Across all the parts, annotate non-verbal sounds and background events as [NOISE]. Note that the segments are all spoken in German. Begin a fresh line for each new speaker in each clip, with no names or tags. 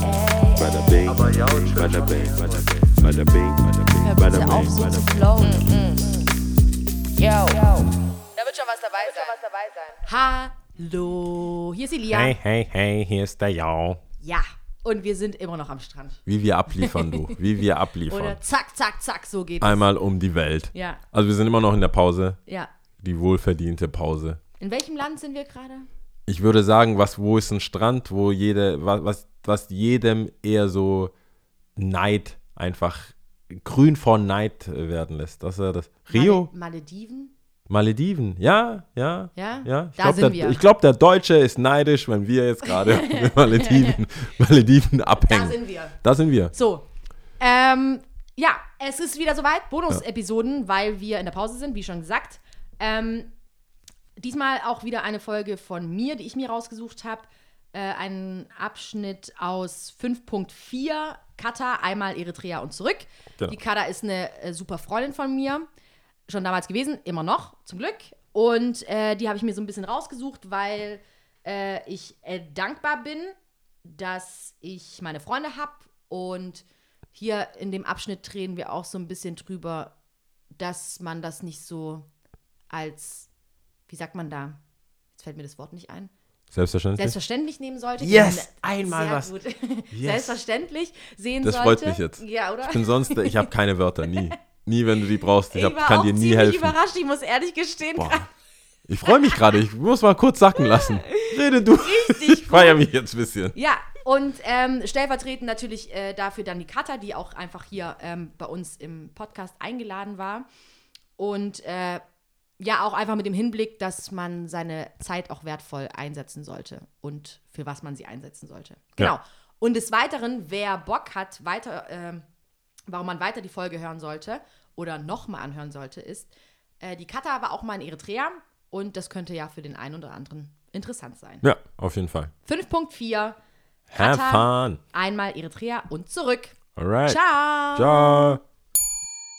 Bada bing, bada bing, bada bing, bada bing, bada bing.
Yo.
Da wird schon was dabei sein. Was dabei sein.
Hallo, hier ist Elia.
Hey, hey, hey, hier ist der Jau.
Ja, und wir sind immer noch am Strand.
Wie wir abliefern, du. Wie
[LAUGHS]
wir
Oder
abliefern.
zack, zack, zack, so geht es.
Einmal um die Welt.
Ja.
Also wir sind immer noch in der Pause.
Ja.
Die wohlverdiente Pause.
In welchem Land sind wir gerade?
Ich würde sagen, was, wo ist ein Strand, wo jede, was, was, was jedem eher so Neid einfach grün vor Neid werden lässt. Das ist ja das. Rio?
Mal Malediven?
Malediven. Ja, ja.
Ja?
ja. Ich
Da
glaub,
sind
der,
wir.
Ich glaube, der Deutsche ist neidisch, wenn wir jetzt
[LAUGHS]
gerade mit Malediven, Malediven abhängen.
Da sind wir.
Da sind wir.
So. Ähm, ja, es ist wieder soweit. Bonus-Episoden, weil wir in der Pause sind, wie schon gesagt. Ähm, diesmal auch wieder eine Folge von mir, die ich mir rausgesucht habe. Äh, einen Abschnitt aus 5.4, Katar, einmal Eritrea und zurück.
Genau.
Die Katar ist eine äh, super Freundin von mir. Schon damals gewesen, immer noch, zum Glück. Und äh, die habe ich mir so ein bisschen rausgesucht, weil äh, ich äh, dankbar bin, dass ich meine Freunde habe. Und hier in dem Abschnitt reden wir auch so ein bisschen drüber, dass man das nicht so als, wie sagt man da? Jetzt fällt mir das Wort nicht ein.
Selbstverständlich.
Selbstverständlich nehmen sollte.
Yes,
Gerne.
einmal
Sehr
was.
Gut. [LAUGHS] Selbstverständlich sehen
Das
sollte.
freut mich jetzt.
Ja, oder?
Ich bin sonst, ich habe keine Wörter, nie. Nie, wenn du die brauchst. Ich, hab,
war
kann
auch
dir nie
ziemlich
helfen.
überrascht, ich muss ehrlich gestehen,
Boah.
[LAUGHS] gerade
Ich freue mich gerade, ich muss mal kurz sacken lassen. Rede du.
richtig
[LAUGHS] Ich feiere mich jetzt ein bisschen.
Ja, und ähm, stellvertretend natürlich äh, dafür dann die Katha, die auch einfach hier ähm, bei uns im Podcast eingeladen war. Und äh, ja, auch einfach mit dem Hinblick, dass man seine Zeit auch wertvoll einsetzen sollte und für was man sie einsetzen sollte. Genau.
Ja.
Und des Weiteren, wer Bock hat, weiter, ähm, warum man weiter die Folge hören sollte oder nochmal anhören sollte, ist, äh, die Katha war auch mal in Eritrea und das könnte ja für den einen oder anderen interessant sein.
Ja, auf jeden Fall.
5.4
Have
Katar.
fun.
einmal Eritrea und zurück.
Alright.
Ciao.
Ciao.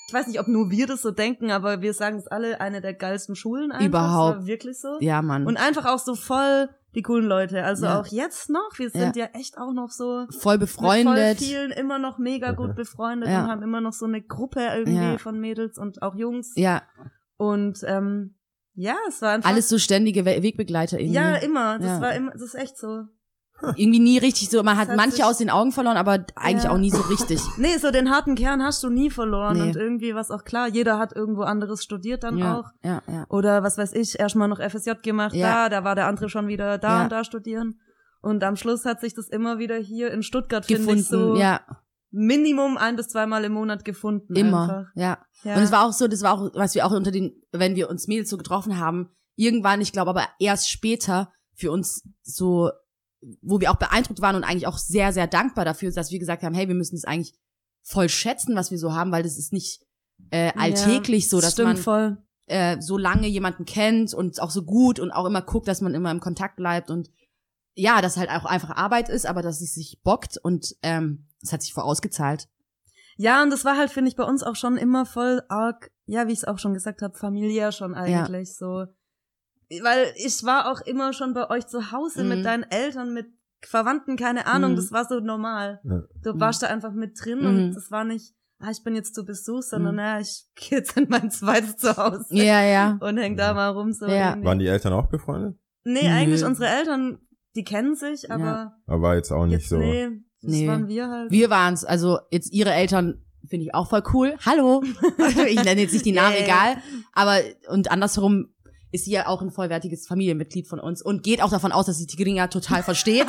Ich weiß nicht, ob nur wir das so denken, aber wir sagen es alle, eine der geilsten Schulen einfach.
Überhaupt.
Das war wirklich so.
Ja, Mann.
Und einfach auch so voll die coolen Leute. Also
Ja.
auch jetzt noch. Wir sind ja, echt auch noch so
voll
mit voll
befreundet.
vielen immer noch mega gut befreundet
Ja.
und haben immer noch so eine Gruppe irgendwie
Ja.
von Mädels und auch Jungs.
Ja,
Und ähm, ja, es war einfach.
alles so ständige We Wegbegleiter irgendwie.
ja, immer. Das
Ja.
war immer, das ist echt so.
irgendwie nie richtig so. Man hat
Das hat
manche
sich-
aus den Augen verloren, aber eigentlich
Ja.
auch nie so richtig.
Nee, so den harten Kern hast du nie verloren.
Nee.
Und irgendwie war es auch klar, jeder hat irgendwo anderes studiert [LAUGHS] dann
ja,
auch.
ja, ja.
Oder was weiß ich, erstmal noch FSJ gemacht,
Ja.
da, da war der andere schon wieder da
Ja.
und da studieren. Und am Schluss hat sich das immer wieder hier in Stuttgart, finde
Gefunden,
ich, so
ja,
Minimum ein bis zweimal im Monat gefunden.
immer,
Einfach.
ja.
Ja.
Und es war auch so, das war auch, was wir auch unter den, wenn wir uns Mädels so getroffen haben, irgendwann, ich glaube aber erst später für uns so, wo wir auch beeindruckt waren und eigentlich auch sehr, sehr dankbar dafür, dass wir gesagt haben, hey, wir müssen das eigentlich voll schätzen, was wir so haben, weil das ist nicht äh, alltäglich so, dass
Stimmt
man
voll.
äh, so lange jemanden kennt und auch so gut und auch immer guckt, dass man immer im Kontakt bleibt und ja, dass halt auch einfach Arbeit ist, aber dass es sich bockt und ähm, es hat sich vorausgezahlt.
Ja, und das war halt, finde ich, bei uns auch schon immer voll arg, ja, wie ich es auch schon gesagt habe, familiär schon eigentlich so. Weil ich war auch immer schon bei euch zu Hause
Mhm.
mit deinen Eltern, mit Verwandten, keine Ahnung,
Mhm.
das war so normal.
Ja.
Du
Mhm.
warst da einfach mit drin
Mhm.
und das war nicht, ah, ich bin jetzt zu Besuch, sondern
Mhm.
naja, ich [LAUGHS] gehe jetzt in mein zweites Zuhause
Ja, ja.
und häng da mal rum. So
Ja.
irgendwie.
Waren die Eltern auch befreundet?
Nee,
Nö.
eigentlich unsere Eltern, die kennen sich, aber
Aber war jetzt auch nicht
jetzt
so.
nee, das
Nee.
waren wir halt.
Wir waren's, also jetzt ihre Eltern finde ich auch voll cool. Hallo. Also ich nenne jetzt nicht die Namen,
Yeah.
egal. Aber und andersherum ist sie ja auch ein vollwertiges Familienmitglied von uns und geht auch davon aus, dass sie Tigrinya total versteht.